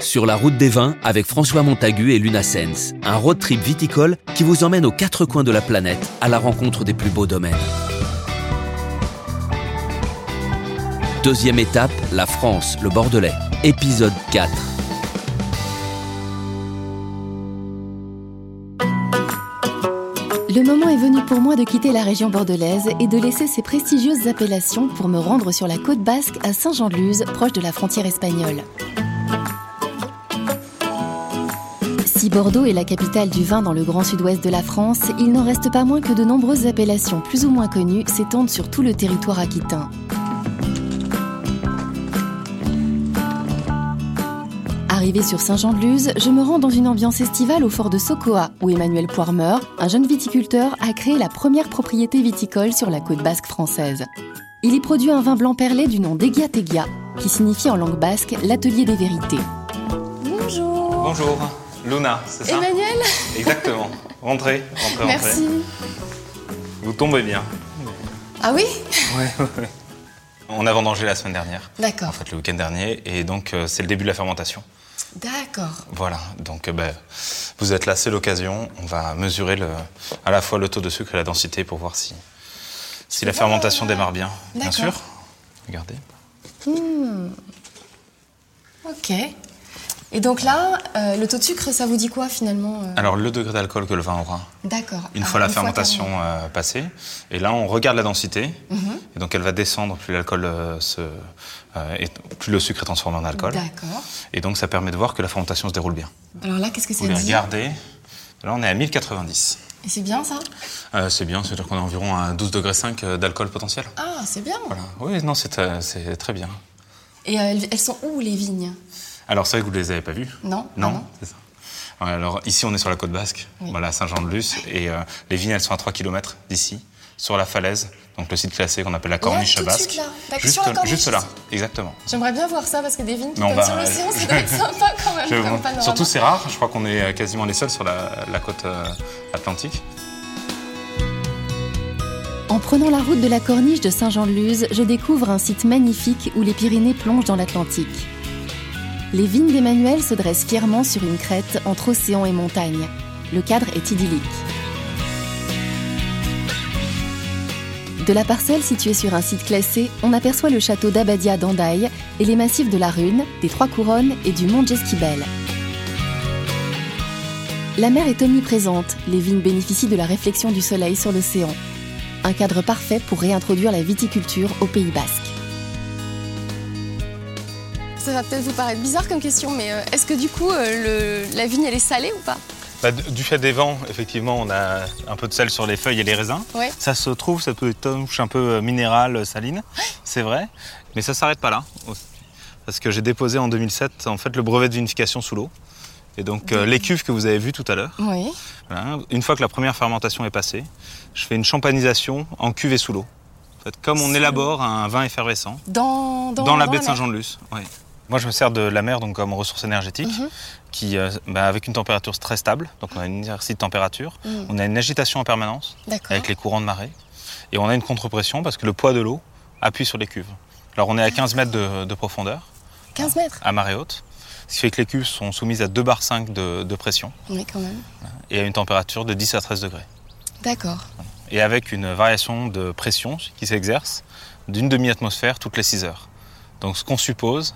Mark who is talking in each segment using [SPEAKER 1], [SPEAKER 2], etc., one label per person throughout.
[SPEAKER 1] sur la route des vins avec François Montagu et Luna Sens, un road trip viticole qui vous emmène aux quatre coins de la planète à la rencontre des plus beaux domaines. Deuxième étape, la France, le Bordelais. Épisode 4.
[SPEAKER 2] Le moment est venu pour moi de quitter la région bordelaise et de laisser ces prestigieuses appellations pour me rendre sur la côte basque à Saint-Jean-de-Luz, proche de la frontière espagnole. Si Bordeaux est la capitale du vin dans le grand sud-ouest de la France, il n'en reste pas moins que de nombreuses appellations plus ou moins connues s'étendent sur tout le territoire aquitain. Arrivé sur Saint-Jean-de-Luz, je me rends dans une ambiance estivale au fort de Sokoa, où Emmanuel Poirmeur, un jeune viticulteur, a créé la première propriété viticole sur la côte basque française. Il y produit un vin blanc perlé du nom d'Egia Tegia, qui signifie en langue basque l'atelier des vérités. Bonjour
[SPEAKER 3] Bonjour, Luna, c'est ça
[SPEAKER 2] Emmanuel
[SPEAKER 3] Exactement. Rentrez, rentrez, rentrez.
[SPEAKER 2] Merci
[SPEAKER 3] Vous tombez bien.
[SPEAKER 2] Ah oui
[SPEAKER 3] Ouais, ouais. On a vendangé la semaine dernière, en
[SPEAKER 2] D'accord,
[SPEAKER 3] fait le week-end dernier, et donc euh, c'est le début de la fermentation.
[SPEAKER 2] d'accord.
[SPEAKER 3] Voilà, donc euh, ben, vous êtes là, c'est l'occasion. On va mesurer le- à la fois le taux de sucre et la densité pour voir si, si la fermentation démarre bien. Bien
[SPEAKER 2] D'accord.
[SPEAKER 3] sûr. Regardez.
[SPEAKER 2] Ok. Et donc là, euh, le taux de sucre, ça vous dit quoi finalement euh
[SPEAKER 3] Alors le degré d'alcool que le vin aura.
[SPEAKER 2] D'accord.
[SPEAKER 3] Une
[SPEAKER 2] Ah,
[SPEAKER 3] fois la
[SPEAKER 2] terminée.
[SPEAKER 3] fermentation euh, passée, et là on regarde la densité,
[SPEAKER 2] Mhm.
[SPEAKER 3] et donc elle va descendre plus l'alcool euh, se, euh, est- plus le sucre est transformé en alcool,
[SPEAKER 2] D'accord.
[SPEAKER 3] et donc ça permet de voir que la fermentation se déroule bien.
[SPEAKER 2] Alors là, qu'est-ce que ça
[SPEAKER 3] Vous les
[SPEAKER 2] dit
[SPEAKER 3] regardez, là on est à 1090.
[SPEAKER 2] Et c'est bien ça
[SPEAKER 3] Euh, c'est bien, c'est-à-dire qu'on est environ à 12 degrés euh, d'alcool potentiel.
[SPEAKER 2] Ah, c'est bien.
[SPEAKER 3] Voilà. Oui, non, c'est euh, c'est très bien.
[SPEAKER 2] Et euh, elles, elles sont où les vignes
[SPEAKER 3] Alors c'est vrai que vous ne les avez pas vus
[SPEAKER 2] Non
[SPEAKER 3] Non,
[SPEAKER 2] Ah non.
[SPEAKER 3] c'est ça. Ouais, alors ici, on est sur la côte basque,
[SPEAKER 2] Oui.
[SPEAKER 3] voilà, à Saint-Jean-de-Luz, et euh, les vignes, elles sont à 3 km d'ici, sur la falaise, donc le site classé qu'on appelle la Corniche
[SPEAKER 2] tout de
[SPEAKER 3] basque.
[SPEAKER 2] suite, là. D'accord,
[SPEAKER 3] Juste,
[SPEAKER 2] sur la corniche,
[SPEAKER 3] juste là,
[SPEAKER 2] ici.
[SPEAKER 3] exactement.
[SPEAKER 2] J'aimerais bien voir ça parce que des vignes qui
[SPEAKER 3] Mais on
[SPEAKER 2] donnent
[SPEAKER 3] va-
[SPEAKER 2] sur l'océan, ça doit être sympa quand même.
[SPEAKER 3] Je-
[SPEAKER 2] Ah, comme panorama.
[SPEAKER 3] surtout, c'est rare, je crois qu'on est euh, quasiment les seuls sur la, la côte euh, atlantique.
[SPEAKER 2] En prenant la route de la corniche de Saint-Jean-de-Luz, je découvre un site magnifique où les Pyrénées plongent dans l'Atlantique. Les vignes d'Emmanuel se dressent fièrement sur une crête entre océan et montagne. Le cadre est idyllique. De la parcelle située sur un site classé, on aperçoit le château d'Abadia d'Andaille et les massifs de la Rune, des Trois Couronnes et du mont Jesquibel. La mer est omniprésente, les vignes bénéficient de la réflexion du soleil sur l'océan. Un cadre parfait pour réintroduire la viticulture au Pays Basque.
[SPEAKER 4] Ça va peut-être vous paraître bizarre comme question, mais euh, est-ce que du coup euh, le- la vigne elle est salée ou pas
[SPEAKER 3] Bah, d- du fait des vents, effectivement, on a un peu de sel sur les feuilles et les raisins.
[SPEAKER 4] Ouais.
[SPEAKER 3] Ça se trouve, ça peut être touche un peu euh, minérale, euh, saline, c'est vrai. Mais ça s'arrête pas là. aussi. Parce que j'ai déposé en 2007 en fait, le brevet de vinification sous l'eau. Et donc euh, les cuves que vous avez vues tout à l'heure,
[SPEAKER 4] Oui.
[SPEAKER 3] voilà, une fois que la première fermentation est passée, je fais une champanisation en cuve et sous l'eau. En fait, comme on élabore un vin effervescent,
[SPEAKER 4] Dans, dans,
[SPEAKER 3] dans, la baie de Saint-Jean-de-Luz. oui. Moi, je me sers de la mer donc comme ressource énergétique,
[SPEAKER 4] Mhm.
[SPEAKER 3] qui, euh, bah, avec une température très stable, donc on a une inertie de température,
[SPEAKER 4] Mhm.
[SPEAKER 3] on a une agitation en permanence
[SPEAKER 4] D'accord.
[SPEAKER 3] avec les courants de marée, et on a une contre-pression parce que le poids de l'eau appuie sur les cuves. Alors, on est à 15 mètres de, de profondeur,
[SPEAKER 4] 15 mètres.
[SPEAKER 3] à marée haute, ce qui fait que les cuves sont soumises à 2 bar 5 de, de pression
[SPEAKER 4] Oui, quand même.
[SPEAKER 3] et à une température de 10 à 13 degrés.
[SPEAKER 4] D'accord.
[SPEAKER 3] Et avec une variation de pression qui s'exerce d'une demi-atmosphère toutes les 6 heures. Donc ce qu'on suppose,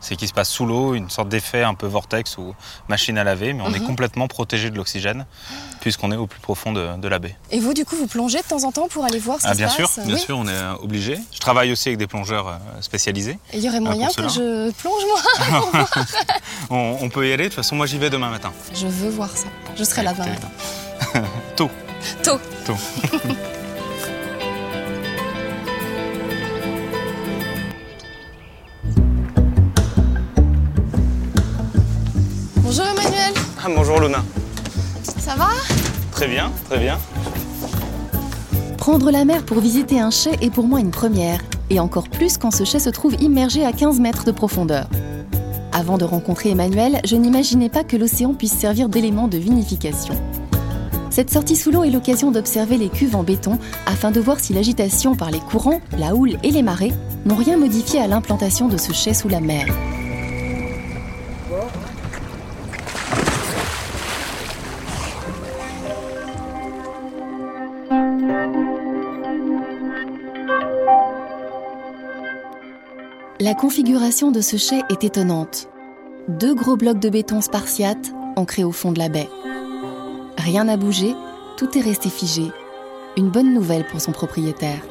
[SPEAKER 3] c'est qu'il se passe sous l'eau une sorte d'effet un peu vortex ou machine à laver, mais on
[SPEAKER 4] Mhm.
[SPEAKER 3] est complètement protégé de l'oxygène puisqu'on est au plus profond de, de la baie.
[SPEAKER 4] Et vous, du coup, vous plongez de temps en temps pour aller voir ce qui
[SPEAKER 3] Ah, bien
[SPEAKER 4] se
[SPEAKER 3] sûr,
[SPEAKER 4] passe
[SPEAKER 3] bien
[SPEAKER 4] Oui.
[SPEAKER 3] sûr, on est euh, obligé. Je travaille aussi avec des plongeurs euh, spécialisés.
[SPEAKER 4] Et Il y aurait moyen
[SPEAKER 3] pour
[SPEAKER 4] que
[SPEAKER 3] cela.
[SPEAKER 4] je plonge moi
[SPEAKER 3] On, on peut y aller. De toute façon, moi j'y vais demain matin.
[SPEAKER 4] Je veux voir ça. Je serai là demain
[SPEAKER 3] Écoutez,
[SPEAKER 4] matin.
[SPEAKER 3] Tôt.
[SPEAKER 4] Tôt.
[SPEAKER 3] Tôt.
[SPEAKER 4] Bonjour Emmanuel,
[SPEAKER 3] Ah, bonjour Luna.
[SPEAKER 4] ça va
[SPEAKER 3] Très bien, très bien.
[SPEAKER 2] Prendre la mer pour visiter un chai est pour moi une première, et encore plus quand ce chai se trouve immergé à 15 mètres de profondeur. Avant de rencontrer Emmanuel, je n'imaginais pas que l'océan puisse servir d'élément de vinification. Cette sortie sous l'eau est l'occasion d'observer les cuves en béton afin de voir si l'agitation par les courants, la houle et les marées n'ont rien modifié à l'implantation de ce chai sous la mer. La configuration de ce chai est étonnante. Deux gros blocs de béton spartiate ancrés au fond de la baie. Rien n'a bougé, tout est resté figé. Une bonne nouvelle pour son propriétaire.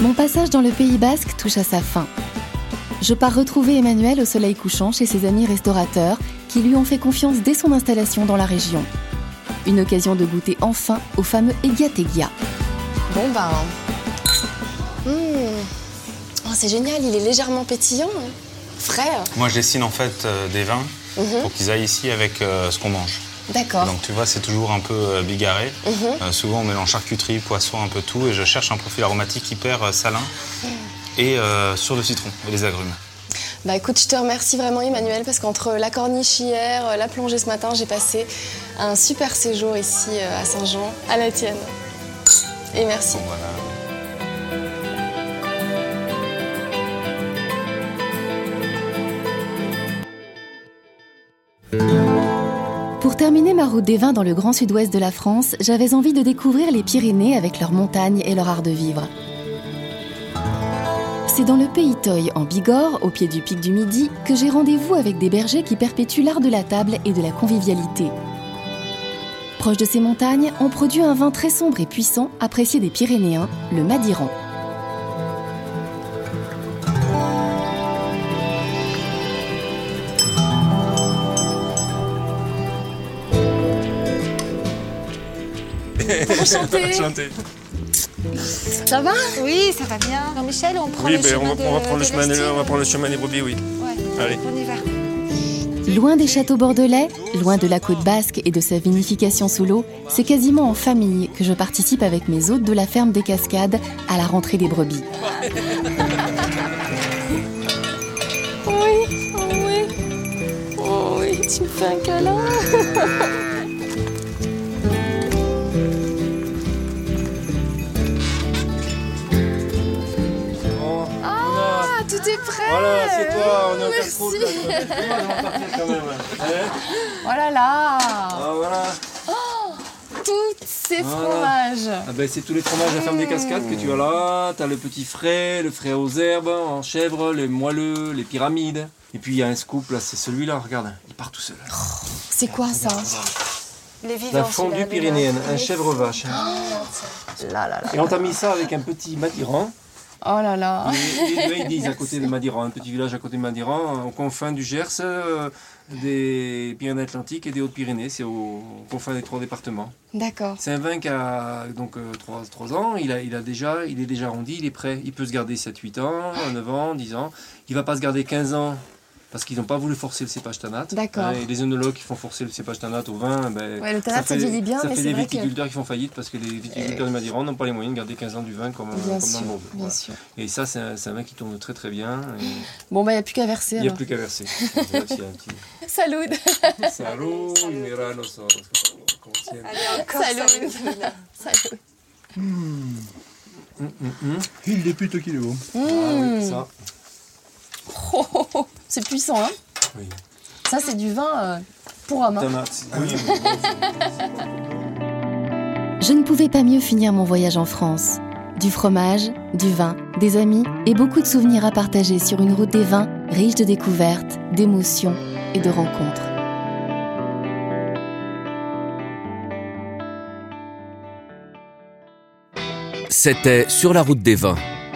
[SPEAKER 2] Mon passage dans le Pays basque touche à sa fin. Je pars retrouver Emmanuel au soleil couchant chez ses amis restaurateurs qui lui ont fait confiance dès son installation dans la région. Une occasion de goûter enfin au fameux Egiategia.
[SPEAKER 4] Bon ben. Mmh. Oh, c'est génial, il est légèrement pétillant, hein. frais.
[SPEAKER 3] Moi, je dessine en fait euh, des vins
[SPEAKER 4] Mhm.
[SPEAKER 3] pour qu'ils aillent ici avec euh, ce qu'on mange.
[SPEAKER 4] D'accord.
[SPEAKER 3] Donc tu vois, c'est toujours un peu euh, bigarré. Euh, souvent, on mélange charcuterie, poisson, un peu tout. Et je cherche un profil aromatique hyper euh, salin et euh, sur le citron et les agrumes.
[SPEAKER 4] Bah écoute, je te remercie vraiment Emmanuel parce qu'entre la corniche hier, euh, la plongée ce matin, j'ai passé un super séjour ici euh, à Saint-Jean, à la tienne. Et merci.
[SPEAKER 3] Donc, voilà.
[SPEAKER 2] Pour terminer ma route des vins dans le grand sud-ouest de la France, j'avais envie de découvrir les Pyrénées avec leurs montagnes et leur art de vivre. C'est dans le pays Toy, en Bigorre, au pied du pic du Midi, que j'ai rendez-vous avec des bergers qui perpétuent l'art de la table et de la convivialité. Proche de ces montagnes, on produit un vin très sombre et puissant, apprécié des Pyrénéens, le Madiran.
[SPEAKER 4] Enchantée.
[SPEAKER 5] Enchanté.
[SPEAKER 4] Ça va
[SPEAKER 6] Oui, ça va bien. Jean-Michel, on prend
[SPEAKER 5] Oui,
[SPEAKER 6] le
[SPEAKER 5] ben,
[SPEAKER 6] chemin
[SPEAKER 5] on, va,
[SPEAKER 6] de,
[SPEAKER 5] on va prendre le
[SPEAKER 6] de
[SPEAKER 5] chemin des,
[SPEAKER 6] Bastille.
[SPEAKER 5] on va prendre le chemin des brebis, oui.
[SPEAKER 6] Ouais.
[SPEAKER 5] Allez.
[SPEAKER 6] On y va.
[SPEAKER 2] Loin des châteaux bordelais, loin de la côte basque et de sa vinification sous l'eau, c'est quasiment en famille que je participe avec mes hôtes de la ferme des Cascades à la rentrée des brebis.
[SPEAKER 4] Oui, oh oui. Oh oui, tu me fais un câlin. Ah, tout est prêt.
[SPEAKER 5] Oh, Voilà, c'est toi, on est au
[SPEAKER 4] Merci.
[SPEAKER 5] carrefour. là. Moi, je vais partir quand même. Hein
[SPEAKER 6] Oh là là
[SPEAKER 5] Ah, voilà.
[SPEAKER 4] Toutes ces
[SPEAKER 5] Voilà.
[SPEAKER 4] fromages.
[SPEAKER 5] Ah, ben, c'est tous les fromages à la ferme des cascades que tu as là. Tu as le petit frais, le frais aux herbes, en chèvre, les moelleux, les pyramides. Et puis il y a un scoop là, c'est celui-là, regarde, il part tout seul.
[SPEAKER 4] C'est quoi ça
[SPEAKER 6] Les vivances,
[SPEAKER 5] La
[SPEAKER 6] il a
[SPEAKER 5] fondue
[SPEAKER 6] bien
[SPEAKER 5] pyrénéenne,
[SPEAKER 6] mangé.
[SPEAKER 5] un chèvre vache. hein.
[SPEAKER 4] Là là là.
[SPEAKER 5] Et on t'a mis ça avec un petit madiran.
[SPEAKER 4] Oh là là.
[SPEAKER 5] Il y a une église à côté de Madiran, un petit village à côté de Madiran, aux confins du Gers, euh, des Pyrénées-Atlantiques et des Hautes-Pyrénées. C'est aux confins des trois départements.
[SPEAKER 4] D'accord.
[SPEAKER 5] C'est un vin qui a donc 3, ans. Il, a, il, a déjà, il est déjà arrondi, il est prêt. Il peut se garder 7-8 ans, 9 ans, 10 ans. Il va pas se garder 15 ans. Parce qu'ils n'ont pas voulu forcer le cépage tanat.
[SPEAKER 4] D'accord.
[SPEAKER 5] Hein, et les œnologues qui font forcer le cépage tanat au vin, ben,
[SPEAKER 4] Ouais, le
[SPEAKER 5] ça
[SPEAKER 4] tanat, ça
[SPEAKER 5] fait-
[SPEAKER 4] vieillit bien,
[SPEAKER 5] ça
[SPEAKER 4] mais
[SPEAKER 5] fait
[SPEAKER 4] c'est
[SPEAKER 5] des
[SPEAKER 4] vrai que. Euh,
[SPEAKER 5] viticulteurs qui font faillite parce que les viticulteurs de Madiran n'ont pas les moyens de garder 15 ans du vin comme,
[SPEAKER 4] Bien
[SPEAKER 5] comme
[SPEAKER 4] sûr,
[SPEAKER 5] dans le monde.
[SPEAKER 4] bien
[SPEAKER 5] Voilà.
[SPEAKER 4] sûr.
[SPEAKER 5] Et ça, c'est un, c'est un vin qui tourne très très bien. et
[SPEAKER 4] Bon, bah, il n'y a plus qu'à verser
[SPEAKER 5] Il n'y a
[SPEAKER 4] alors.
[SPEAKER 5] plus qu'à verser. C'est vrai qu'il y a un petit-
[SPEAKER 4] Salut
[SPEAKER 5] Salud, Mirano, ça, parce que- comment c'est-
[SPEAKER 6] Allez, encore
[SPEAKER 4] Salut.
[SPEAKER 6] salut.
[SPEAKER 4] Salut
[SPEAKER 7] Il est plutôt qu'il est beau.
[SPEAKER 4] Mmh.
[SPEAKER 5] Ah oui, ça.
[SPEAKER 4] Oh, oh, oh. C'est puissant, hein
[SPEAKER 5] Oui.
[SPEAKER 4] Ça, c'est du vin euh, pour homme. hein.
[SPEAKER 5] Tomate. Oui,
[SPEAKER 2] Je ne pouvais pas mieux finir mon voyage en France. Du fromage, du vin, des amis et beaucoup de souvenirs à partager sur une route des vins riche de découvertes, d'émotions et de rencontres.
[SPEAKER 1] C'était Sur la route des vins,